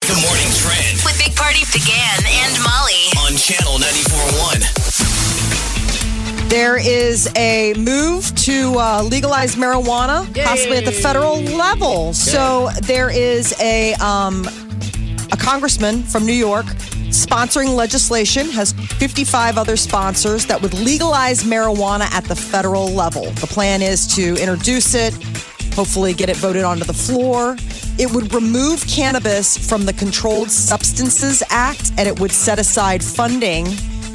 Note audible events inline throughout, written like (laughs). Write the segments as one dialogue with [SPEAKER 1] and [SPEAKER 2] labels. [SPEAKER 1] The morning trend
[SPEAKER 2] with Big Party began and Molly.
[SPEAKER 1] on channel 94.1.
[SPEAKER 3] There is a move to uh, legalize marijuana, possibly at the federal level. So there is a um, a congressman from New York sponsoring legislation has 55 other sponsors that would legalize marijuana at the federal level. The plan is to introduce it, hopefully get it voted onto the floor. It would remove cannabis from the Controlled Substances Act and it would set aside funding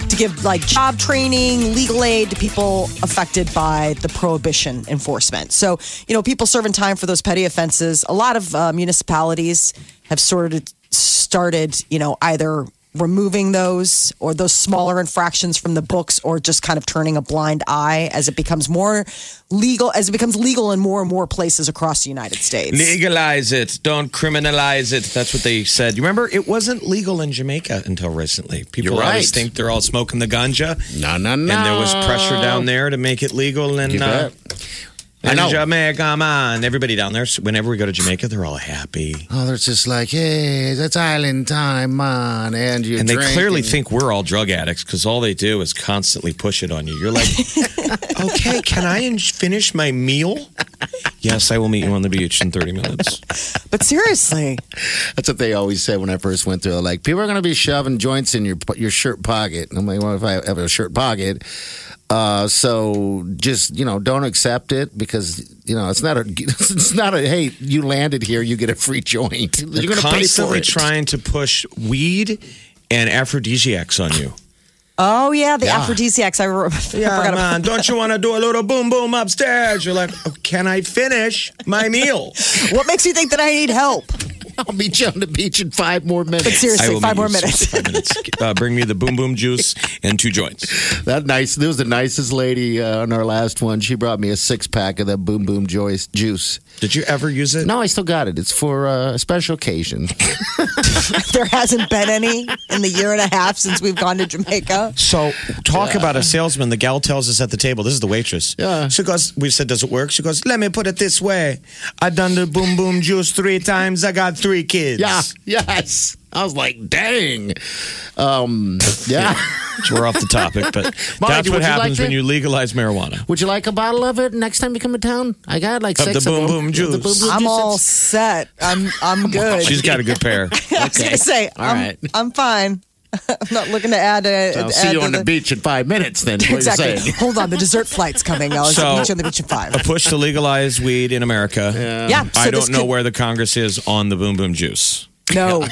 [SPEAKER 3] to give like job training, legal aid to people affected by the prohibition enforcement. So, you know, people serving time for those petty offenses. A lot of uh, municipalities have sort of started, you know, either removing those or those smaller infractions from the books or just kind of turning a blind eye as it becomes more legal as it becomes legal in more and more places across the United States.
[SPEAKER 4] Legalize it. Don't criminalize it. That's what they said. You remember, it wasn't legal in Jamaica until recently. People
[SPEAKER 5] You're
[SPEAKER 4] always
[SPEAKER 5] right.
[SPEAKER 4] think they're all smoking the ganja.
[SPEAKER 5] No, no, no.
[SPEAKER 4] And there was pressure down there to make it legal in,
[SPEAKER 5] You
[SPEAKER 4] uh,
[SPEAKER 5] bet. I
[SPEAKER 4] in
[SPEAKER 5] know.
[SPEAKER 4] Jamaica. Come on. Everybody down there, so whenever we go to Jamaica, they're all happy.
[SPEAKER 5] Oh, they're just like, hey, that's island time, man. And you
[SPEAKER 4] And they
[SPEAKER 5] drink
[SPEAKER 4] clearly
[SPEAKER 5] and-
[SPEAKER 4] think we're all drug addicts because all they do is constantly push it on you. You're like,
[SPEAKER 5] (laughs)
[SPEAKER 4] okay, can I en- finish my meal?
[SPEAKER 5] (laughs)
[SPEAKER 4] Yes, I will meet you on the beach in 30 minutes.
[SPEAKER 3] But seriously,
[SPEAKER 5] that's what they always said when I first went through. Like, people are going to be shoving joints in your your shirt pocket. And I'm like, well, if I have a shirt pocket, uh, so just you know, don't accept it because you know it's not a (laughs) it's not a hey, you landed here, you get a free joint. You're
[SPEAKER 4] They're
[SPEAKER 5] going to pay for
[SPEAKER 4] constantly
[SPEAKER 5] it.
[SPEAKER 4] trying to push weed and aphrodisiacs on (laughs) you.
[SPEAKER 3] oh yeah, the
[SPEAKER 5] Yeah.
[SPEAKER 3] aphrodisiacs. I, re- (laughs) I forgot about
[SPEAKER 4] man, don't you want to do a little boom boom upstairs? You're like, oh, can I finish
[SPEAKER 3] (laughs)
[SPEAKER 4] my meal?
[SPEAKER 3] (laughs) What makes you think that I need help?
[SPEAKER 5] (laughs)
[SPEAKER 3] (laughs)
[SPEAKER 5] I'll meet you on the beach in five more minutes.
[SPEAKER 4] I
[SPEAKER 3] Seriously,
[SPEAKER 4] will
[SPEAKER 3] five
[SPEAKER 4] meet
[SPEAKER 3] more
[SPEAKER 4] you in
[SPEAKER 3] minutes. (laughs)
[SPEAKER 4] Five minutes. Uh, bring me the boom boom juice and two joints.
[SPEAKER 5] That nice. There was the nicest lady uh, on our last one. She brought me a six pack of that Boom Boom Joyce juice.
[SPEAKER 4] Did you ever use it?
[SPEAKER 5] No, I still got it. It's for uh, a special
[SPEAKER 4] (laughs)
[SPEAKER 5] occasion.
[SPEAKER 3] there hasn't been any in the year and a half since we've gone to Jamaica.
[SPEAKER 4] So talk about a salesman. The gal tells us at the table, this is the waitress.
[SPEAKER 5] Yeah.
[SPEAKER 4] She goes, we said, does it work? She goes, let me put it this way. I done the boom boom juice three times. I got three kids.
[SPEAKER 5] Yeah. Yes. I was like, dang. Um, yeah.
[SPEAKER 4] We're off the topic, (laughs) but that's
[SPEAKER 5] Molly, would
[SPEAKER 4] what
[SPEAKER 5] you like
[SPEAKER 4] happens when
[SPEAKER 5] to-
[SPEAKER 4] you legalize marijuana.
[SPEAKER 5] (laughs) Would you like a bottle of it next time you come to town? I got like
[SPEAKER 4] Of
[SPEAKER 5] six
[SPEAKER 4] the Boom
[SPEAKER 5] of them.
[SPEAKER 4] Boom
[SPEAKER 5] Yeah, the
[SPEAKER 4] juice.
[SPEAKER 5] Boom Boom
[SPEAKER 3] I'm
[SPEAKER 5] juice.
[SPEAKER 3] all set. I'm
[SPEAKER 5] (laughs)
[SPEAKER 3] I'm good. (laughs)
[SPEAKER 4] She's got a good pair.
[SPEAKER 3] I was gonna say
[SPEAKER 5] All
[SPEAKER 3] I'm,
[SPEAKER 5] right.
[SPEAKER 3] I'm fine. (laughs) I'm not looking to add a.
[SPEAKER 5] I'll
[SPEAKER 3] add
[SPEAKER 5] see you
[SPEAKER 3] to
[SPEAKER 5] on the beach in five minutes. Then what
[SPEAKER 3] Exactly.
[SPEAKER 5] you're saying?
[SPEAKER 3] Hold on, the dessert flight's coming. I'll
[SPEAKER 4] So-
[SPEAKER 3] meet you on the beach at five.
[SPEAKER 4] a push to legalize weed in America.
[SPEAKER 3] Yeah, so
[SPEAKER 4] I
[SPEAKER 3] this
[SPEAKER 4] don't know
[SPEAKER 3] could-
[SPEAKER 4] where the Congress is on the boom boom juice.
[SPEAKER 3] No,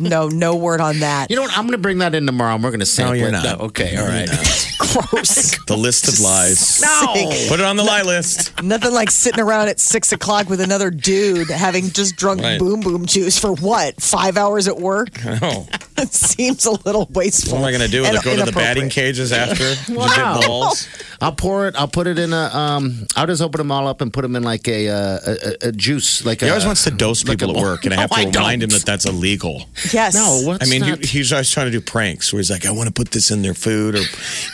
[SPEAKER 3] no, no word on that.
[SPEAKER 5] You know what? I'm going to bring that in tomorrow, and we're going to sample
[SPEAKER 4] you're
[SPEAKER 5] it.
[SPEAKER 4] not.
[SPEAKER 5] okay. All right.
[SPEAKER 3] (laughs) Gross.
[SPEAKER 4] The list of lies.
[SPEAKER 3] No.
[SPEAKER 4] Put it on the lie list.
[SPEAKER 3] Nothing like sitting around at six o'clock with another dude having just drunk
[SPEAKER 4] Right.
[SPEAKER 3] boom boom juice for what? Five hours at
[SPEAKER 4] (laughs)
[SPEAKER 3] work? (laughs)
[SPEAKER 4] Oh,
[SPEAKER 3] It seems a little wasteful.
[SPEAKER 4] what am I going to do with
[SPEAKER 3] and
[SPEAKER 4] it? Go to the
[SPEAKER 3] inappropriate.
[SPEAKER 4] batting cages
[SPEAKER 3] (laughs)
[SPEAKER 4] after? Wow. Just get in the balls?
[SPEAKER 5] I'll pour it. I'll put it in a. Um, I'll just open them all up and put them in like a uh, a, a, a juice. Like
[SPEAKER 4] He
[SPEAKER 5] a,
[SPEAKER 4] always wants to dose
[SPEAKER 5] like
[SPEAKER 4] people
[SPEAKER 5] a-
[SPEAKER 4] at work, (laughs) and I have
[SPEAKER 5] No,
[SPEAKER 4] to
[SPEAKER 5] I
[SPEAKER 4] remind him
[SPEAKER 5] don't.
[SPEAKER 4] that that's illegal.
[SPEAKER 3] Yes.
[SPEAKER 5] No,
[SPEAKER 4] I
[SPEAKER 5] what's
[SPEAKER 4] mean,
[SPEAKER 5] not,
[SPEAKER 4] he, he's always trying to do pranks where he's like, I want to put this in their food, or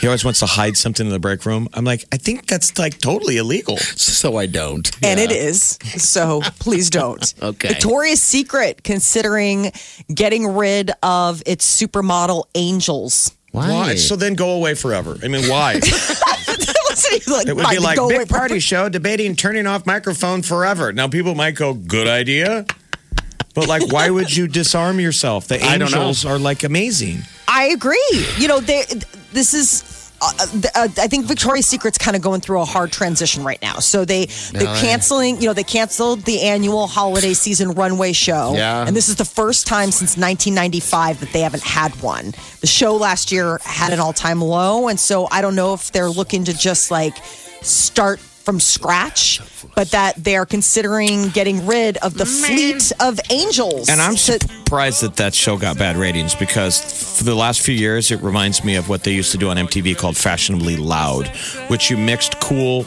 [SPEAKER 4] he always wants to hide something in the break room. I'm like, I think that's like totally illegal.
[SPEAKER 5] so I don't.
[SPEAKER 3] And it is. So please don't.
[SPEAKER 5] (laughs) Okay.
[SPEAKER 3] Victoria's Secret considering getting rid of its supermodel angels.
[SPEAKER 5] Why?
[SPEAKER 4] So then go away forever. I
[SPEAKER 3] (laughs)
[SPEAKER 4] mean, why? It would be like
[SPEAKER 3] go away
[SPEAKER 4] big
[SPEAKER 3] from-
[SPEAKER 4] (laughs) party show debating turning off microphone forever. Now people might go, good idea. But like, why would you disarm yourself? The
[SPEAKER 5] I don't know.
[SPEAKER 4] angels are like amazing.
[SPEAKER 3] I agree. You know, they, this is. Uh, uh, I think Victoria's Secret's kind of going through a hard transition right now. So they they're canceling. You know, they canceled the annual holiday season runway show.
[SPEAKER 5] Yeah.
[SPEAKER 3] And this is the first time since 1995 that they haven't had one. The show last year had an all time low, and so I don't know if they're looking to just like start from scratch, but that they're considering getting rid of the fleet of angels.
[SPEAKER 4] And I'm
[SPEAKER 3] to-
[SPEAKER 4] surprised that that show got bad ratings because for the last few years, it reminds me of what they used to do on MTV called Fashionably Loud, which you mixed cool.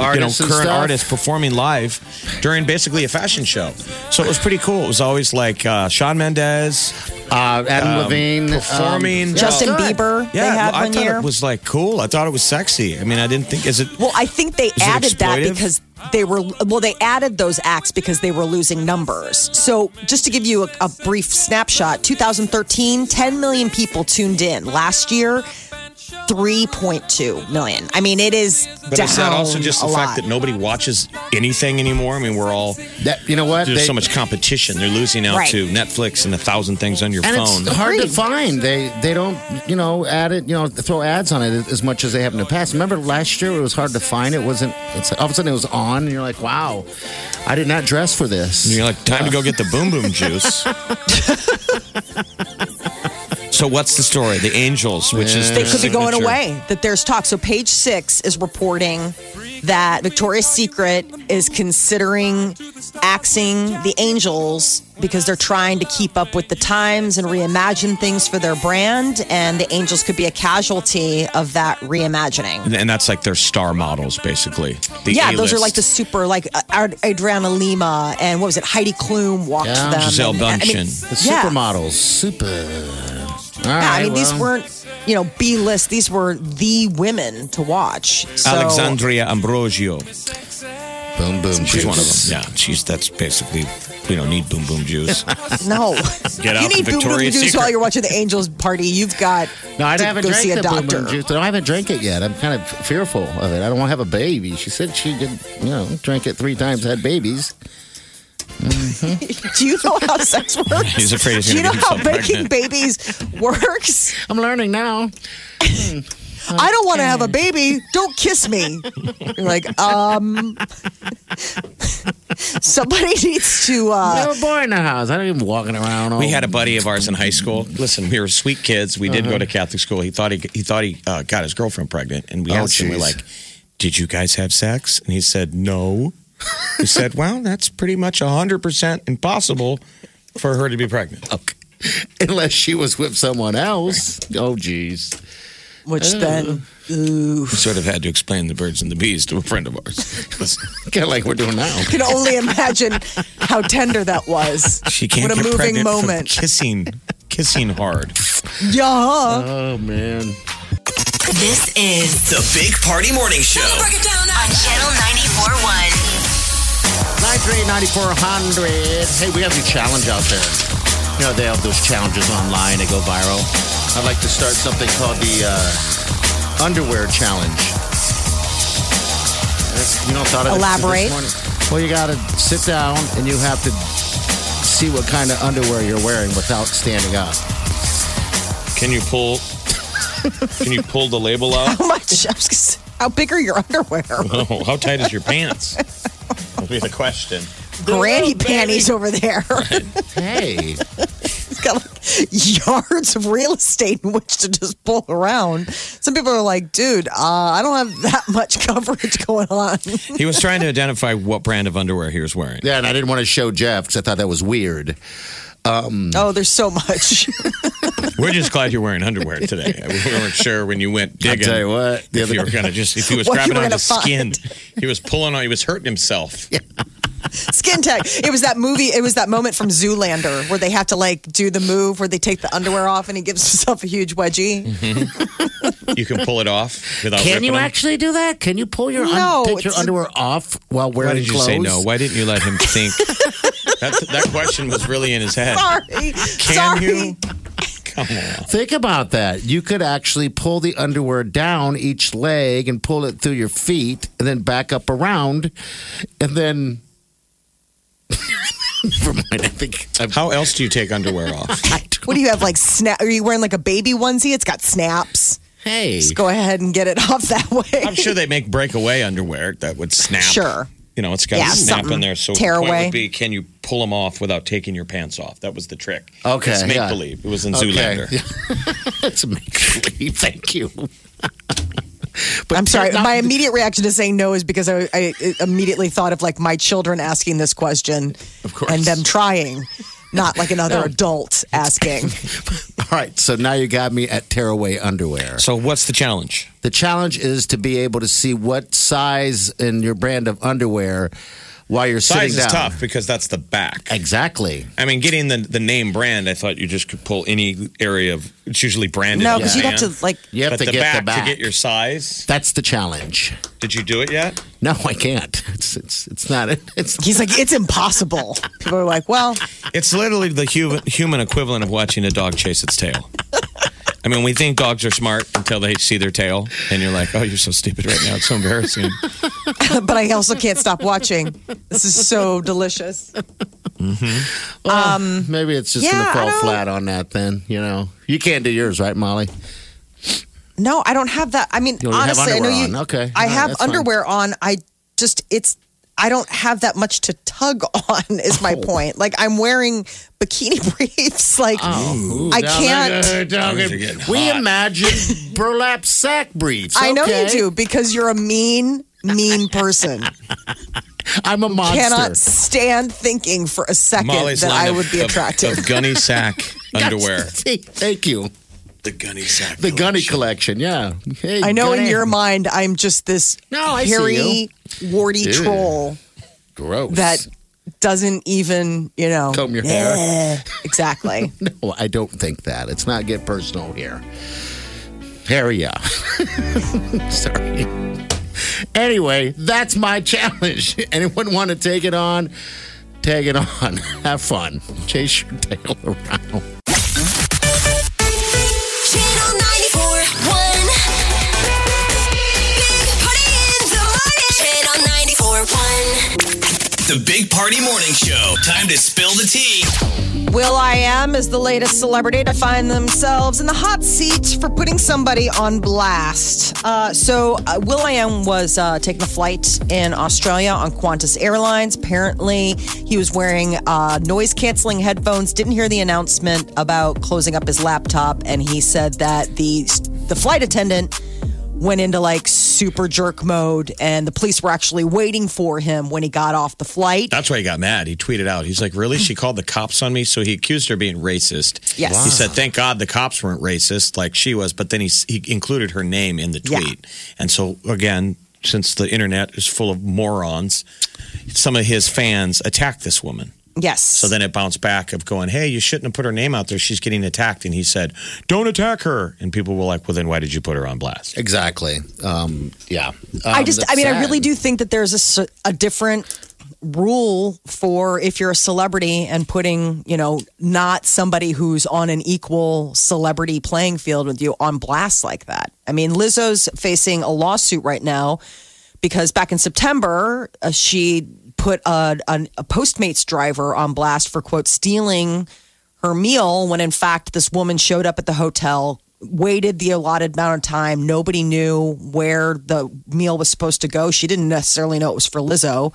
[SPEAKER 5] Artists
[SPEAKER 4] you
[SPEAKER 5] and
[SPEAKER 4] know, current
[SPEAKER 5] stuff.
[SPEAKER 4] artists performing live during basically a fashion show. So it was pretty cool. It was always like uh, Sean Mendez
[SPEAKER 5] Uh, Adam Levine um,
[SPEAKER 4] performing.
[SPEAKER 5] yeah.
[SPEAKER 3] Justin Bieber, they
[SPEAKER 4] Yeah,
[SPEAKER 3] had
[SPEAKER 4] I
[SPEAKER 3] one
[SPEAKER 4] thought
[SPEAKER 3] year.
[SPEAKER 4] it was like cool. I thought it was sexy. I mean, I didn't think. Is it?
[SPEAKER 3] Well, I think they
[SPEAKER 4] it
[SPEAKER 3] added that
[SPEAKER 4] exploitive?
[SPEAKER 3] because they were well, they added those acts because they were losing numbers. So, just to give you a, a brief snapshot, 2013, 10 million people tuned in. Last year, 3.2 million. I mean, it is
[SPEAKER 4] But
[SPEAKER 3] down
[SPEAKER 4] is that also just the
[SPEAKER 3] a
[SPEAKER 4] fact
[SPEAKER 3] lot.
[SPEAKER 4] that nobody watches anything anymore? I mean, we're all
[SPEAKER 5] That, you know what?
[SPEAKER 4] there's
[SPEAKER 5] They-
[SPEAKER 4] so much competition. They're losing out
[SPEAKER 3] Right.
[SPEAKER 4] to Netflix and a thousand things on your
[SPEAKER 5] and
[SPEAKER 4] phone.
[SPEAKER 5] it's hard to
[SPEAKER 3] Agreed.
[SPEAKER 5] find. They they don't you know add it you know throw ads on it as much as they have in the past. Remember last year it was hard to find. It wasn't. It's all of a sudden it was on, and you're like, wow, I did not dress for this.
[SPEAKER 4] And you're like, time to go get the boom boom
[SPEAKER 3] (laughs)
[SPEAKER 4] juice. so what's the story? The Angels, which is
[SPEAKER 3] they
[SPEAKER 4] their
[SPEAKER 3] could be going
[SPEAKER 4] signature-
[SPEAKER 3] away. That there's talk. So page six is reporting that Victoria's Secret is considering axing the Angels because they're trying to keep up with the times and reimagine things for their brand, and the Angels could be a casualty of that reimagining.
[SPEAKER 4] And that's like their star models, basically. The
[SPEAKER 3] Yeah, those are
[SPEAKER 4] A-list.
[SPEAKER 3] like the super, like uh, Adriana Lima and what was it? Heidi Klum walked
[SPEAKER 5] Yeah.
[SPEAKER 3] them.
[SPEAKER 4] Gisele
[SPEAKER 3] and- I mean,
[SPEAKER 4] Bundchen.
[SPEAKER 5] The
[SPEAKER 3] yeah.
[SPEAKER 5] supermodels, super. All
[SPEAKER 3] Yeah,
[SPEAKER 5] right,
[SPEAKER 3] I mean, these
[SPEAKER 5] well.
[SPEAKER 3] weren't, you know, B list. These were the women to watch. So,
[SPEAKER 4] Alexandria Ambrosio.
[SPEAKER 5] boom boom.
[SPEAKER 4] She's one of them. Yeah, she's that's basically we don't need boom
[SPEAKER 3] (laughs)
[SPEAKER 4] boom juice.
[SPEAKER 3] No.
[SPEAKER 4] Get
[SPEAKER 3] you
[SPEAKER 4] out the
[SPEAKER 3] need boom boom
[SPEAKER 4] Victoria's
[SPEAKER 3] juice
[SPEAKER 4] Secret.
[SPEAKER 3] while you're watching the Angels party. You've got
[SPEAKER 5] No, I
[SPEAKER 3] to
[SPEAKER 5] haven't
[SPEAKER 3] go
[SPEAKER 5] drank
[SPEAKER 3] see a
[SPEAKER 5] the boom
[SPEAKER 3] doctor.
[SPEAKER 5] boom juice. No, I haven't drank it yet. I'm kind of fearful of it. I don't want to have a baby. She said she did, you know, drank it three times, had babies.
[SPEAKER 3] (laughs) Do you know how
[SPEAKER 4] (laughs)
[SPEAKER 3] sex works?
[SPEAKER 4] He's afraid he's
[SPEAKER 3] Do you know
[SPEAKER 4] gonna get
[SPEAKER 3] how
[SPEAKER 4] himself
[SPEAKER 3] making
[SPEAKER 4] pregnant.
[SPEAKER 3] babies works?
[SPEAKER 5] I'm learning now.
[SPEAKER 3] I don't want to have a baby. Don't kiss me. You're like, um, somebody needs to.
[SPEAKER 5] I
[SPEAKER 3] Uh,
[SPEAKER 5] have a boy in the house. I don't even walking around. All
[SPEAKER 4] We had a buddy of ours in high school. Listen, we were sweet kids. We
[SPEAKER 3] Uh-huh.
[SPEAKER 4] did go to Catholic school. He thought he he thought he uh, got his girlfriend pregnant, and we
[SPEAKER 5] Oh,
[SPEAKER 4] asked him, we're
[SPEAKER 5] geez.
[SPEAKER 4] like, "Did you guys have sex?" And he said, "No."
[SPEAKER 3] (laughs)
[SPEAKER 4] He said, "Well, that's pretty much hundred percent impossible for her to be pregnant."
[SPEAKER 5] (laughs) unless she was with someone else. Oh, geez.
[SPEAKER 3] which then, ooh,
[SPEAKER 4] We sort of had to explain the birds and the bees to a friend of
[SPEAKER 3] (laughs)
[SPEAKER 4] ours.
[SPEAKER 5] Kind of like we're doing now.
[SPEAKER 3] can only imagine how tender that was.
[SPEAKER 4] She can't
[SPEAKER 3] What a
[SPEAKER 4] get
[SPEAKER 3] moving
[SPEAKER 4] pregnant from
[SPEAKER 3] moment.
[SPEAKER 4] kissing, kissing hard.
[SPEAKER 3] Yeah.
[SPEAKER 5] Oh man.
[SPEAKER 2] This is
[SPEAKER 1] The Big Party Morning Show.
[SPEAKER 2] on Channel 94.1.
[SPEAKER 5] 938-9400. Hey, we have a challenge out there. You know, they have those challenges online that go viral. I'd like to start something called the uh, underwear challenge. That's- You know, thought of it
[SPEAKER 3] Elaborate.
[SPEAKER 5] this morning? Well, you got to sit down and you have to see what kind of underwear you're wearing without standing up.
[SPEAKER 4] Can you pull? Can you pull the label out?
[SPEAKER 3] How much? Oh (laughs) I was gonna say, How big are your underwear?
[SPEAKER 4] Oh, how tight is your pants? That'll be the question.
[SPEAKER 3] Granny panties over there.
[SPEAKER 5] Hey,
[SPEAKER 3] (laughs) got like yards of real estate in which to just pull around. Some people are like, dude, uh, I don't have that much coverage going on.
[SPEAKER 4] He was trying to identify what brand of underwear he was wearing.
[SPEAKER 5] (laughs) yeah, and I didn't want to show Jeff because I thought that was weird.
[SPEAKER 3] oh, there's so much. (laughs)
[SPEAKER 4] We're just glad you're wearing underwear
[SPEAKER 5] (laughs)
[SPEAKER 4] today. We weren't sure when you went digging.
[SPEAKER 5] tell you what, the
[SPEAKER 4] if
[SPEAKER 5] other-
[SPEAKER 4] you were gonna just if he was
[SPEAKER 3] What you
[SPEAKER 4] grabbing
[SPEAKER 3] were
[SPEAKER 4] on
[SPEAKER 3] gonna
[SPEAKER 4] the skin, he was pulling on. He was hurting himself.
[SPEAKER 3] Skin tag. It was that movie, it was that moment from Zoolander where they have to like do the move where they take the underwear off and he gives himself a huge wedgie.
[SPEAKER 4] You can pull it off without.
[SPEAKER 5] Can
[SPEAKER 4] ripping
[SPEAKER 5] you
[SPEAKER 4] them.
[SPEAKER 5] actually do that? Can you pull your un-
[SPEAKER 3] No,
[SPEAKER 5] take your
[SPEAKER 3] it's-
[SPEAKER 5] underwear off while wearing
[SPEAKER 4] Why did you
[SPEAKER 5] clothes?
[SPEAKER 4] say no? Why didn't you let him
[SPEAKER 5] (laughs)
[SPEAKER 4] think? that that question was really in his head.
[SPEAKER 3] Sorry.
[SPEAKER 4] Can
[SPEAKER 3] Sorry.
[SPEAKER 4] you? Come on.
[SPEAKER 5] Think about that. You could actually pull the underwear down each leg and pull it through your feet and then back up around and then. (laughs) Never mind. I think I'm,
[SPEAKER 4] How else do you take underwear off?
[SPEAKER 5] I don't-
[SPEAKER 3] What do you have like snap? Are you wearing like a baby onesie? It's got snaps.
[SPEAKER 5] hey,
[SPEAKER 3] Just go ahead and get it (laughs) off that way.
[SPEAKER 4] I'm sure they make breakaway underwear that would snap.
[SPEAKER 3] Sure.
[SPEAKER 4] You know, it's got
[SPEAKER 3] Yeah,
[SPEAKER 4] a snap in
[SPEAKER 3] something.
[SPEAKER 4] there. So
[SPEAKER 3] Tear
[SPEAKER 4] the point
[SPEAKER 3] away.
[SPEAKER 4] would be, can you pull them off without taking your pants off? That was the trick.
[SPEAKER 5] Okay,
[SPEAKER 4] It's make
[SPEAKER 5] yeah.
[SPEAKER 4] believe. It was in
[SPEAKER 5] Okay. (laughs)
[SPEAKER 4] Zoolander.
[SPEAKER 5] That's make believe. Thank you. But
[SPEAKER 3] I'm sorry.
[SPEAKER 5] techno-
[SPEAKER 3] My immediate reaction to saying no is because I, I immediately thought of like my children asking this question, of
[SPEAKER 5] course.
[SPEAKER 3] and them trying, not like another adult asking.
[SPEAKER 5] (laughs) All right, so now you got me at tearaway underwear.
[SPEAKER 4] So what's the challenge?
[SPEAKER 5] The challenge is to be able to see what size in your brand of underwear while you're
[SPEAKER 4] Size
[SPEAKER 5] sitting down.
[SPEAKER 4] is tough because that's the back.
[SPEAKER 5] Exactly.
[SPEAKER 4] I mean, getting the the name brand, I thought you just could pull any area of. It's usually branded.
[SPEAKER 3] No,
[SPEAKER 4] on
[SPEAKER 3] because
[SPEAKER 4] the
[SPEAKER 3] you'd have
[SPEAKER 4] man.
[SPEAKER 3] to like.
[SPEAKER 5] You have
[SPEAKER 4] but
[SPEAKER 5] to
[SPEAKER 4] the
[SPEAKER 5] get
[SPEAKER 4] back,
[SPEAKER 5] the back.
[SPEAKER 4] to get your size.
[SPEAKER 5] That's the challenge.
[SPEAKER 4] Did you do it yet?
[SPEAKER 5] No, I can't. (laughs) It's it's it's not. (laughs) It's
[SPEAKER 3] He's like, it's impossible. People are like, well, (laughs)
[SPEAKER 4] It's literally the human human equivalent of watching a dog chase its tail. I mean, we think dogs are smart until they see their tail, and you're like, "Oh, you're so stupid right now. It's so embarrassing."
[SPEAKER 3] but I also can't stop watching. This is so delicious.
[SPEAKER 5] maybe it's just
[SPEAKER 3] Yeah, I
[SPEAKER 5] gonna fall
[SPEAKER 3] don't-
[SPEAKER 5] flat on that. Then you know you can't do yours, right, Molly?
[SPEAKER 3] No, I don't have that. I mean,
[SPEAKER 5] You only have
[SPEAKER 3] honestly, I know
[SPEAKER 5] underwear
[SPEAKER 3] you.
[SPEAKER 5] on. Okay.
[SPEAKER 3] I
[SPEAKER 5] All right,
[SPEAKER 3] have
[SPEAKER 5] that's fine.
[SPEAKER 3] underwear on. I just it's. I don't have that much to tug (laughs) on. Is my
[SPEAKER 5] Oh.
[SPEAKER 3] point. Like I'm wearing bikini (laughs) briefs. Like
[SPEAKER 5] Oh.
[SPEAKER 3] Oh. I can't.
[SPEAKER 4] Things are getting
[SPEAKER 5] We
[SPEAKER 4] hot. (laughs)
[SPEAKER 5] imagine burlap sack briefs.
[SPEAKER 3] I know you
[SPEAKER 5] okay?
[SPEAKER 3] do because you're a mean, mean
[SPEAKER 4] (laughs)
[SPEAKER 3] person.
[SPEAKER 5] I'm a monster.
[SPEAKER 3] Cannot
[SPEAKER 5] (laughs)
[SPEAKER 3] stand thinking for a second
[SPEAKER 4] Molly's
[SPEAKER 3] that (laughs)
[SPEAKER 4] line
[SPEAKER 3] I
[SPEAKER 4] of-
[SPEAKER 3] would be
[SPEAKER 4] of-
[SPEAKER 3] attractive.
[SPEAKER 4] of
[SPEAKER 3] (laughs)
[SPEAKER 4] gunny sack underwear.
[SPEAKER 5] See, (laughs) Thank you.
[SPEAKER 4] The gunny sack.
[SPEAKER 5] The gunny collection. Yeah. Hey,
[SPEAKER 3] I know in
[SPEAKER 5] gunny.
[SPEAKER 3] your mind I'm just this
[SPEAKER 5] No, I see
[SPEAKER 3] hairy, warty
[SPEAKER 5] Ew.
[SPEAKER 3] troll
[SPEAKER 5] gross
[SPEAKER 3] that doesn't even, you know, Eh,
[SPEAKER 5] comb your hair.
[SPEAKER 4] (laughs)
[SPEAKER 3] exactly.
[SPEAKER 5] (laughs) Well, I don't think that. It's not get personal here. Harry, yeah. (laughs) Sorry. Anyway, that's my challenge. (laughs) Anyone want to take it on? Take it on. (laughs) Have fun. Chase your tail around.
[SPEAKER 2] Channel 941. Big Party in the morning. Channel 941.
[SPEAKER 1] The Big Party Morning Show. Time to spill the tea.
[SPEAKER 3] Will I Am is the latest celebrity to find themselves in the hot seat for putting somebody on blast. Uh, so, uh, Will I Am was uh, taking a flight in Australia on Qantas Airlines. Apparently, he was wearing uh, noise canceling headphones, didn't hear the announcement about closing up his laptop, and he said that the, the flight attendant went into like super jerk mode and the police were actually waiting for him when he got off the flight.
[SPEAKER 4] That's why he got mad. He tweeted out, he's like, Really? She called the cops on me? So he accused her of being racist.
[SPEAKER 3] Yes.
[SPEAKER 4] He said, Thank God the cops weren't racist like she was. But then he, he included her name in the
[SPEAKER 3] Yeah.
[SPEAKER 4] tweet. And so, again, since the internet is full of morons, some of his fans attacked this woman.
[SPEAKER 3] Yes.
[SPEAKER 4] So then it bounced back of going, Hey, you shouldn't have put her name out there. She's getting attacked. And he said, Don't attack her. And people were like, Well, then why did you put her on blast?
[SPEAKER 5] Exactly. Um, yeah.
[SPEAKER 3] I
[SPEAKER 5] Um,
[SPEAKER 3] just,
[SPEAKER 5] that's
[SPEAKER 3] I mean, I
[SPEAKER 5] sad.
[SPEAKER 3] really do think that there's a, s- a different rule for if you're a celebrity and putting, you know, not somebody who's on an equal celebrity playing field with you on blast like that. I mean, Lizzo's facing a lawsuit right now because back in September, uh, she put a, an a Postmates driver on blast for, quote, stealing her meal when in fact this woman showed up at the hotel waited the allotted amount of time nobody knew where the meal was supposed to go she didn't necessarily know it was for lizzo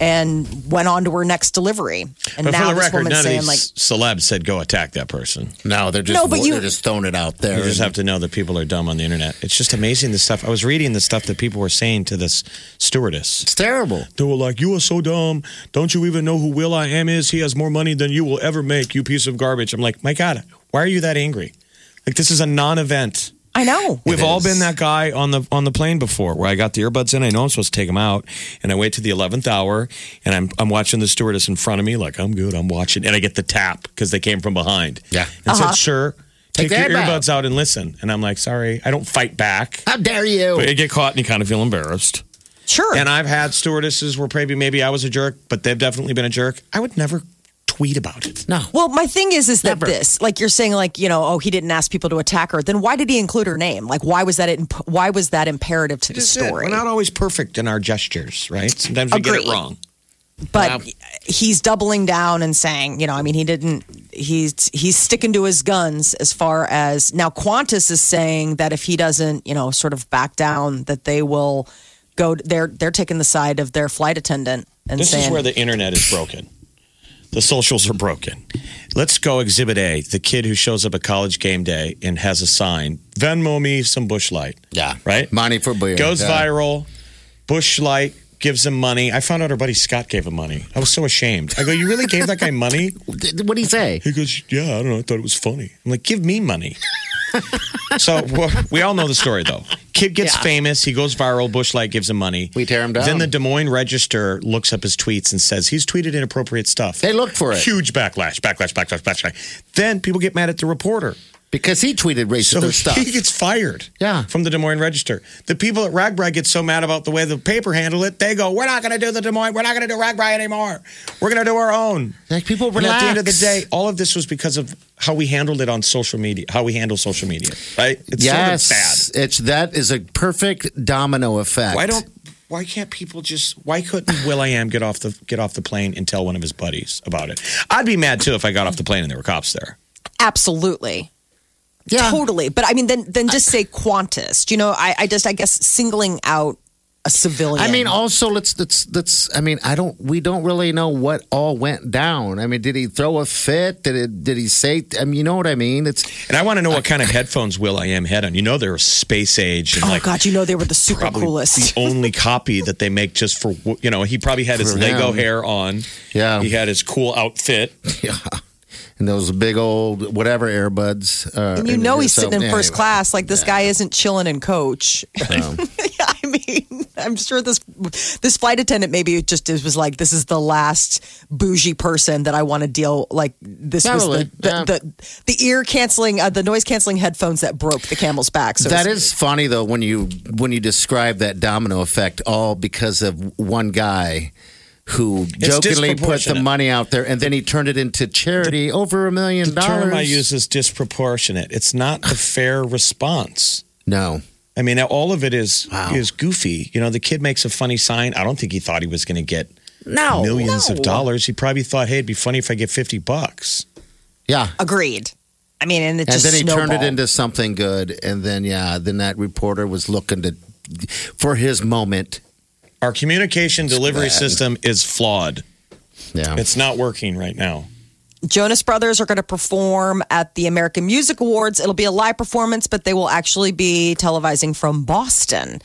[SPEAKER 3] and went on to her next delivery and
[SPEAKER 4] But
[SPEAKER 3] now
[SPEAKER 4] for the
[SPEAKER 3] this
[SPEAKER 4] record,
[SPEAKER 3] woman's
[SPEAKER 4] none of
[SPEAKER 3] saying
[SPEAKER 4] these
[SPEAKER 3] like
[SPEAKER 4] celebs said, Go attack that person.
[SPEAKER 5] No, they're just
[SPEAKER 3] No, but you-
[SPEAKER 5] they're just throwing it out there.
[SPEAKER 4] You just have to know that people are dumb on the internet. It's just amazing the stuff. I was reading the stuff that people were saying to this stewardess.
[SPEAKER 5] it's terrible.
[SPEAKER 4] They were like, You are so dumb. Don't you even know who Will I Am is? He has more money than you will ever make, you piece of garbage. I'm like, My God, why are you that angry? Like, this is a non event.
[SPEAKER 3] i know
[SPEAKER 4] We've all
[SPEAKER 5] is.
[SPEAKER 4] been that guy on the on the plane before, where I got the earbuds in. I know I'm supposed to take them out, and I wait to the eleventh hour, and I'm I'm watching the stewardess in front of me, like I'm good, I'm watching, and I get the tap because they came from behind.
[SPEAKER 5] Yeah.
[SPEAKER 4] and said, "Sure,
[SPEAKER 5] Take
[SPEAKER 4] take,
[SPEAKER 5] the
[SPEAKER 4] your
[SPEAKER 5] earbud
[SPEAKER 4] earbuds out and listen." And I'm like, "Sorry, I don't fight back."
[SPEAKER 5] How dare you?
[SPEAKER 4] But you get caught, and you kind of feel embarrassed.
[SPEAKER 3] sure
[SPEAKER 4] And I've had stewardesses where maybe maybe I was a jerk, but they've definitely been a jerk. I would never tweet about it.
[SPEAKER 5] no.
[SPEAKER 3] well my thing is is that
[SPEAKER 5] Never.
[SPEAKER 3] this like you're saying like you know oh he didn't ask people to attack her then why did he include her name like why was that imp- why was that imperative to the story
[SPEAKER 4] We're not always perfect in our gestures, right? Sometimes we get
[SPEAKER 3] Agreed.
[SPEAKER 4] it wrong.
[SPEAKER 3] but he's doubling down and saying, you know, I mean, he didn't. He's he's sticking to his guns as far as now. Qantas is saying that if he doesn't, you know, sort of back down, that they will go. They're they're taking the side of their flight attendant and
[SPEAKER 4] This
[SPEAKER 3] saying,
[SPEAKER 4] is where the internet is broken. The socials are broken. Let's go exhibit A, the kid who shows up at college game day and has a sign Venmo me some bushlight.
[SPEAKER 5] Yeah.
[SPEAKER 4] Right?
[SPEAKER 5] Money for beer.
[SPEAKER 4] Goes
[SPEAKER 5] Yeah.
[SPEAKER 4] viral. Bushlight gives him money. I found out her buddy Scott gave him money. I was so ashamed. I go, You really gave that guy
[SPEAKER 5] (laughs)
[SPEAKER 4] money?
[SPEAKER 5] What do you say?
[SPEAKER 4] He goes, Yeah, I don't know. I thought it was funny. I'm like, Give me money. (laughs) so well, we all know the story, though. Kid gets famous. He goes viral. Bushlight gives him money.
[SPEAKER 5] We tear him down.
[SPEAKER 4] Then the Des Moines Register looks up his tweets and says he's tweeted inappropriate stuff.
[SPEAKER 5] They look for it
[SPEAKER 4] Huge backlash, backlash, backlash, backlash. Then people get mad at the reporter.
[SPEAKER 5] because he tweeted racist
[SPEAKER 4] So
[SPEAKER 5] stuff.
[SPEAKER 4] he gets fired.
[SPEAKER 5] Yeah.
[SPEAKER 4] From the Des Moines Register. The people at Ragbri get so mad about the way the paper handled it, they go, We're not gonna do the Des Moines, we're not gonna do Ragbri anymore. We're gonna do our own.
[SPEAKER 5] Like, people
[SPEAKER 4] And at the end of the
[SPEAKER 5] relax.
[SPEAKER 4] day, all of this was because of how we handled it on social media, how we handle social media. Right? It's
[SPEAKER 5] yes,
[SPEAKER 4] sort of bad.
[SPEAKER 5] it's that is a perfect domino effect.
[SPEAKER 4] Why don't why can't people just why
[SPEAKER 5] (sighs)
[SPEAKER 4] couldn't Will I am get off the get off the plane and tell one of his buddies about it? I'd be mad too if I got off the plane and there were cops there.
[SPEAKER 3] Absolutely.
[SPEAKER 5] yeah.
[SPEAKER 3] Totally. But I mean, then then just say Qantas. You know, I, I just I guess singling out a civilian.
[SPEAKER 5] I mean, also let's let's let's. I mean, I don't. We don't really know what all went down. I mean, did he throw a fit? Did it? Did he say? I mean, you know what I mean. It's (laughs)
[SPEAKER 4] And I want to know what kind of headphones Will I am had on. You know they're space age and
[SPEAKER 3] oh
[SPEAKER 4] like
[SPEAKER 3] God, you know they were the super
[SPEAKER 4] probably
[SPEAKER 3] coolest.
[SPEAKER 5] (laughs)
[SPEAKER 4] the only copy that they make just for you know he probably had his
[SPEAKER 5] For
[SPEAKER 4] Lego
[SPEAKER 5] him.
[SPEAKER 4] hair on.
[SPEAKER 5] Yeah.
[SPEAKER 4] he had his cool outfit.
[SPEAKER 5] yeah. And those big old whatever earbuds. Uh,
[SPEAKER 3] And you know he's sitting in
[SPEAKER 5] so-
[SPEAKER 3] first
[SPEAKER 5] anyway.
[SPEAKER 3] class. Like this guy isn't chilling in coach. (laughs) I mean, I'm sure this this flight attendant maybe just is- was like, this is the last bougie person that I want to deal. Like this was
[SPEAKER 5] Probably,
[SPEAKER 3] the the,
[SPEAKER 5] yeah.
[SPEAKER 3] the, the ear canceling, uh, the noise canceling headphones that broke the camel's back. So
[SPEAKER 5] That
[SPEAKER 3] it's-
[SPEAKER 5] is funny though when you when you describe that domino effect all because of one guy who jokingly put the
[SPEAKER 4] disproportionate.
[SPEAKER 5] money out there and then he turned it into charity over a million
[SPEAKER 4] The
[SPEAKER 5] dollars.
[SPEAKER 4] term I use is disproportionate. It's not a fair response.
[SPEAKER 5] No.
[SPEAKER 4] I mean, all of it is
[SPEAKER 5] Wow.
[SPEAKER 4] is goofy. You know, the kid makes a funny sign. I don't think he thought he was going to get
[SPEAKER 5] No.
[SPEAKER 4] millions of dollars. He probably thought, "Hey, it'd be funny if I get fifty bucks."
[SPEAKER 5] Yeah.
[SPEAKER 3] agreed. I mean, and it
[SPEAKER 5] And
[SPEAKER 3] just
[SPEAKER 5] then he turned
[SPEAKER 3] snowballed.
[SPEAKER 5] it into something good and then yeah, then that reporter was looking to for his moment.
[SPEAKER 4] Our communication delivery system is flawed.
[SPEAKER 5] Yeah.
[SPEAKER 4] It's not working right now.
[SPEAKER 3] Jonas Brothers are going to perform at the American Music Awards. It'll be a live performance, but they will actually be televising from Boston.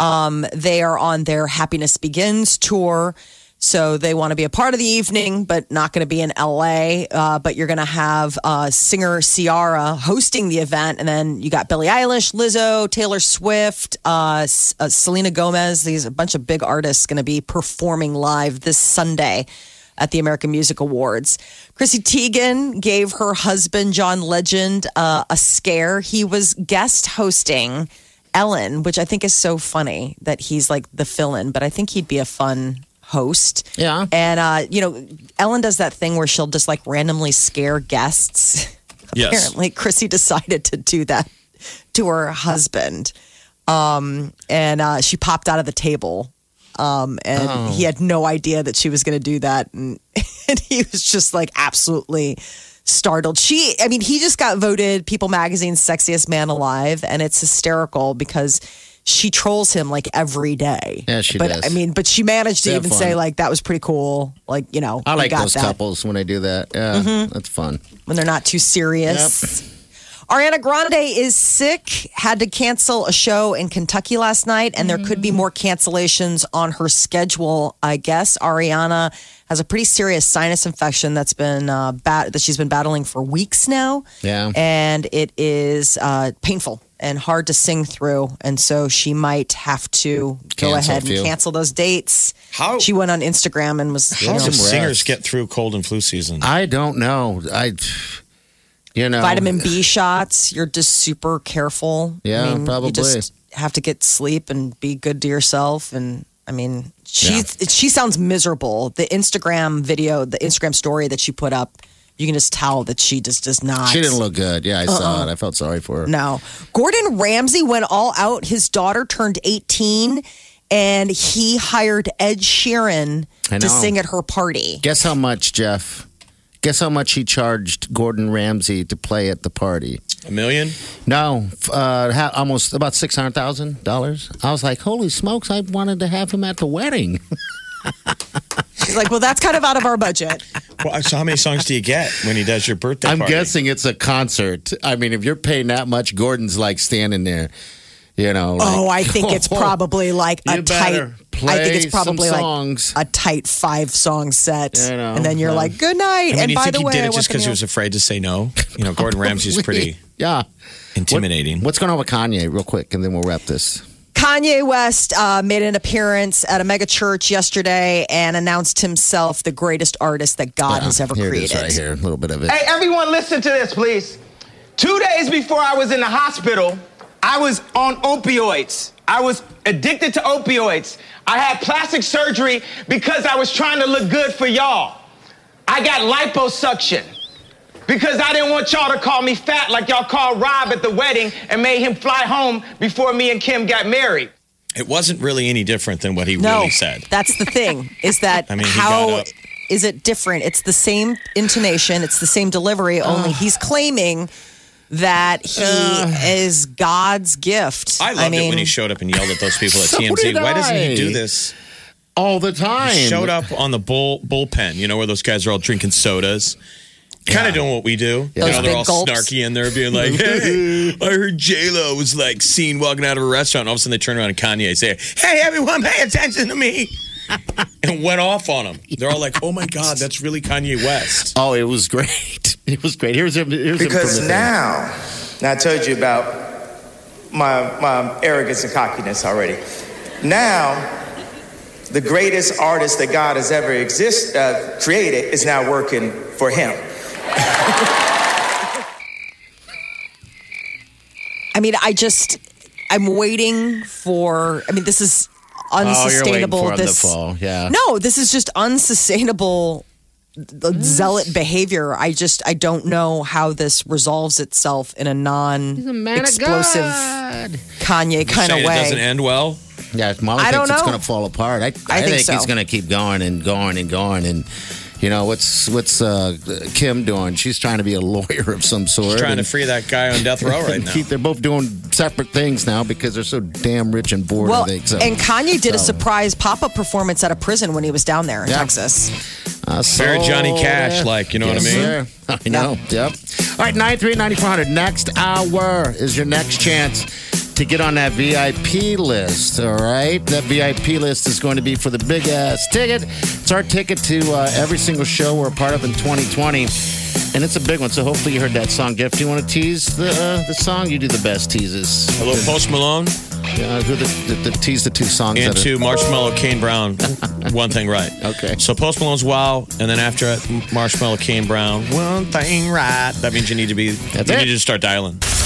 [SPEAKER 3] Um, they are on their Happiness Begins tour. So they want to be a part of the evening, but not going to be in LA. Uh, but you're going to have uh, singer Ciara hosting the event. And then you got Billie Eilish, Lizzo, Taylor Swift, uh, S- uh, Selena Gomez. These a bunch of big artists going to be performing live this Sunday at the American Music Awards. Chrissy Teigen gave her husband, John Legend, uh, a scare. He was guest hosting Ellen, which I think is so funny that he's like the fill in, but I think he'd be a fun host.
[SPEAKER 5] Yeah.
[SPEAKER 3] And, uh, you know, Ellen does that thing where she'll just like randomly scare guests. (laughs)
[SPEAKER 4] Yes.
[SPEAKER 3] Apparently, Chrissy decided to do that to her husband. Um, and uh, she popped out of the table. Um, and
[SPEAKER 5] Oh.
[SPEAKER 3] he had no idea that she was going to do that. And, (laughs) and he was just like absolutely startled. She, I mean, he just got voted People Magazine's sexiest man alive. And it's hysterical because she trolls him like every day.
[SPEAKER 5] Yeah, she
[SPEAKER 3] but,
[SPEAKER 5] does.
[SPEAKER 3] I mean, but she managed to
[SPEAKER 5] They have
[SPEAKER 3] even
[SPEAKER 5] fun.
[SPEAKER 3] say, like, that was pretty cool. Like, you know,
[SPEAKER 5] I
[SPEAKER 3] we
[SPEAKER 5] like
[SPEAKER 3] got
[SPEAKER 5] those
[SPEAKER 3] that Mm-hmm.
[SPEAKER 5] couples when I do that. Yeah. That's fun.
[SPEAKER 3] when they're not too serious. Ariana Grande is sick, had to cancel a show in Kentucky last night, and there could be more cancellations on her schedule. I guess Ariana has a pretty serious sinus infection that's been uh, bat- that she's been battling for weeks now.
[SPEAKER 5] Yeah.
[SPEAKER 3] and it is uh, painful and hard to sing through, and so she might have to
[SPEAKER 5] Cancel
[SPEAKER 3] go
[SPEAKER 5] a
[SPEAKER 3] ahead and
[SPEAKER 5] few.
[SPEAKER 3] cancel those dates.
[SPEAKER 4] How-
[SPEAKER 3] she went on Instagram and was you
[SPEAKER 4] How
[SPEAKER 3] know,
[SPEAKER 4] do
[SPEAKER 5] some
[SPEAKER 4] singers
[SPEAKER 5] rest.
[SPEAKER 4] get through cold and flu season?
[SPEAKER 5] I don't know. I you know
[SPEAKER 3] vitamin B shots. You're just super careful.
[SPEAKER 5] Yeah,
[SPEAKER 3] I mean,
[SPEAKER 5] probably.
[SPEAKER 3] You just have to get sleep and be good to yourself. And I mean, she she sounds miserable. The Instagram video, the Instagram story that she put up, you can just tell that she just does not.
[SPEAKER 5] She didn't look good. Yeah, I
[SPEAKER 3] Uh-uh.
[SPEAKER 5] saw it. I felt sorry for her.
[SPEAKER 3] No. Gordon Ramsay went all out. His daughter turned 18 and he hired Ed Sheeran
[SPEAKER 5] I
[SPEAKER 3] to
[SPEAKER 5] know.
[SPEAKER 3] sing at her party.
[SPEAKER 5] Guess how much, Jeff? Guess how much he charged Gordon Ramsay to play at the party?
[SPEAKER 4] A million?
[SPEAKER 5] No, f- uh, ha- almost about six hundred
[SPEAKER 3] (laughs)
[SPEAKER 5] thousand dollars. I was like, "Holy smokes!" I wanted to have him at the wedding.
[SPEAKER 3] He's like, well, that's kind of out of our budget.
[SPEAKER 4] Well, so how many songs do you get when he does your birthday
[SPEAKER 5] I'm
[SPEAKER 4] party?
[SPEAKER 5] guessing it's a concert. I mean, if you're paying that much, Gordon's like standing there, you know. (laughs) Like,
[SPEAKER 3] Oh, I think
[SPEAKER 5] (laughs)
[SPEAKER 3] it's probably like a
[SPEAKER 5] You
[SPEAKER 3] tight.
[SPEAKER 5] better
[SPEAKER 3] I think
[SPEAKER 5] play
[SPEAKER 3] it's probably
[SPEAKER 5] some
[SPEAKER 3] like (laughs)
[SPEAKER 5] songs.
[SPEAKER 3] a tight five song set,
[SPEAKER 5] You know,
[SPEAKER 3] and then you're
[SPEAKER 5] yeah.
[SPEAKER 3] like, "Good night."
[SPEAKER 4] I mean,
[SPEAKER 3] and
[SPEAKER 4] you
[SPEAKER 3] by
[SPEAKER 4] think
[SPEAKER 3] the
[SPEAKER 4] he
[SPEAKER 3] way,
[SPEAKER 4] did
[SPEAKER 3] I
[SPEAKER 4] it just
[SPEAKER 3] wasn't
[SPEAKER 4] because he
[SPEAKER 3] here.
[SPEAKER 4] was afraid to say no? You know,
[SPEAKER 5] (laughs)
[SPEAKER 4] Gordon
[SPEAKER 3] (laughs)
[SPEAKER 4] Ramsay's pretty
[SPEAKER 5] yeah.
[SPEAKER 4] intimidating.
[SPEAKER 5] What's going on with Kanye, real quick, and then we'll wrap this.
[SPEAKER 3] Kanye West uh, made an appearance at a mega church yesterday and announced himself the greatest artist that God has ever
[SPEAKER 5] here
[SPEAKER 3] created.
[SPEAKER 5] it is, right here, a little bit of it.
[SPEAKER 6] Hey, everyone, listen to this, please. Two days before I was in the hospital, I was on opioids. I was addicted to opioids. I had plastic surgery because I was trying to look good for y'all. I got liposuction because I didn't want y'all to call me fat like y'all called Rob at the wedding and made him fly home before me and Kim got married.
[SPEAKER 4] It wasn't really any different than what he
[SPEAKER 3] No,
[SPEAKER 4] really said.
[SPEAKER 3] that's the thing. Is that
[SPEAKER 4] (laughs) I mean, he
[SPEAKER 3] how
[SPEAKER 4] got up.
[SPEAKER 3] is it different? It's the same intonation. It's the same delivery. Only he's claiming that he is God's gift.
[SPEAKER 4] I loved it when he showed up and yelled at those
[SPEAKER 3] (laughs)
[SPEAKER 4] people at
[SPEAKER 5] So
[SPEAKER 4] TMZ.
[SPEAKER 5] did
[SPEAKER 4] Why doesn't he
[SPEAKER 5] I.
[SPEAKER 4] do this?
[SPEAKER 5] All the time.
[SPEAKER 4] He showed up on the bull bullpen, you know, where those guys are all drinking sodas. Kind of doing what we do. You
[SPEAKER 3] Those
[SPEAKER 4] know, they're
[SPEAKER 3] big
[SPEAKER 4] all
[SPEAKER 3] gulps.
[SPEAKER 4] snarky in there being
[SPEAKER 3] (laughs)
[SPEAKER 4] like, hey, I heard J-Lo was like seen walking out of a restaurant. All of a sudden they turn around and Kanye say, hey, everyone, pay attention to me.
[SPEAKER 3] (laughs)
[SPEAKER 4] and went off on him. They're all like, oh my God, that's really Kanye West.
[SPEAKER 5] Oh, it was great. (laughs) It was great. Here's him. Here's him
[SPEAKER 6] Because
[SPEAKER 5] from the thing.
[SPEAKER 6] now, now I told you about my, my arrogance and cockiness already. Now, the greatest artist that God has ever exist, uh, created is now working for him.
[SPEAKER 3] I mean, I just I'm waiting for. I mean, this is unsustainable.
[SPEAKER 5] Oh, you're waiting for him to
[SPEAKER 3] this
[SPEAKER 5] fall, yeah.
[SPEAKER 3] No, this is just unsustainable the zealot behavior. I just I don't know how this resolves itself in a non-explosive Kanye kind
[SPEAKER 4] Saying
[SPEAKER 3] of
[SPEAKER 4] it doesn't
[SPEAKER 3] way.
[SPEAKER 4] end well.
[SPEAKER 5] Yeah, Molly
[SPEAKER 3] I
[SPEAKER 5] thinks
[SPEAKER 3] don't
[SPEAKER 5] it's
[SPEAKER 3] know.
[SPEAKER 5] going to fall apart. I, I,
[SPEAKER 3] think
[SPEAKER 5] think,
[SPEAKER 3] so.
[SPEAKER 5] it's going to keep going and going and going. And you know what's what's uh, Kim doing? She's trying to be a lawyer of some sort.
[SPEAKER 4] Trying to
[SPEAKER 5] and-
[SPEAKER 4] free that guy on death row
[SPEAKER 3] (laughs)
[SPEAKER 5] (laughs)
[SPEAKER 4] right now.
[SPEAKER 5] Keith, they're both doing separate things now because they're so damn rich and bored.
[SPEAKER 3] Well,
[SPEAKER 5] I think, so.
[SPEAKER 3] and Kanye did a
[SPEAKER 5] So,
[SPEAKER 3] surprise pop-up performance at a prison when he was down there in
[SPEAKER 5] Yeah.
[SPEAKER 3] Texas.
[SPEAKER 5] I saw
[SPEAKER 4] Very Johnny Cash,
[SPEAKER 5] that.
[SPEAKER 4] like, you know what (laughs) I
[SPEAKER 5] Yes,
[SPEAKER 4] mean?
[SPEAKER 5] sir. I know. Yep. All right, 93-9400. Next hour is your next chance to get on that VIP list. All right, that VIP list is going to be for the big ass ticket. It's our ticket to uh, every single show we're a part of in 2020. And it's a big one, so hopefully you heard that song. Jeff, do you want to tease the uh, the song? You do the best teases.
[SPEAKER 4] Hello, Post Malone
[SPEAKER 5] Uh, who the, the, the tease the two songs that are-
[SPEAKER 4] into Marshmallow Kane Brown. (laughs) One thing right.
[SPEAKER 5] Okay.
[SPEAKER 4] So Post Malone's Wow, and then after it, Marshmallow Kane Brown. One thing right. That means you need to be.
[SPEAKER 5] That's
[SPEAKER 4] you
[SPEAKER 5] it.
[SPEAKER 4] need to start dialing.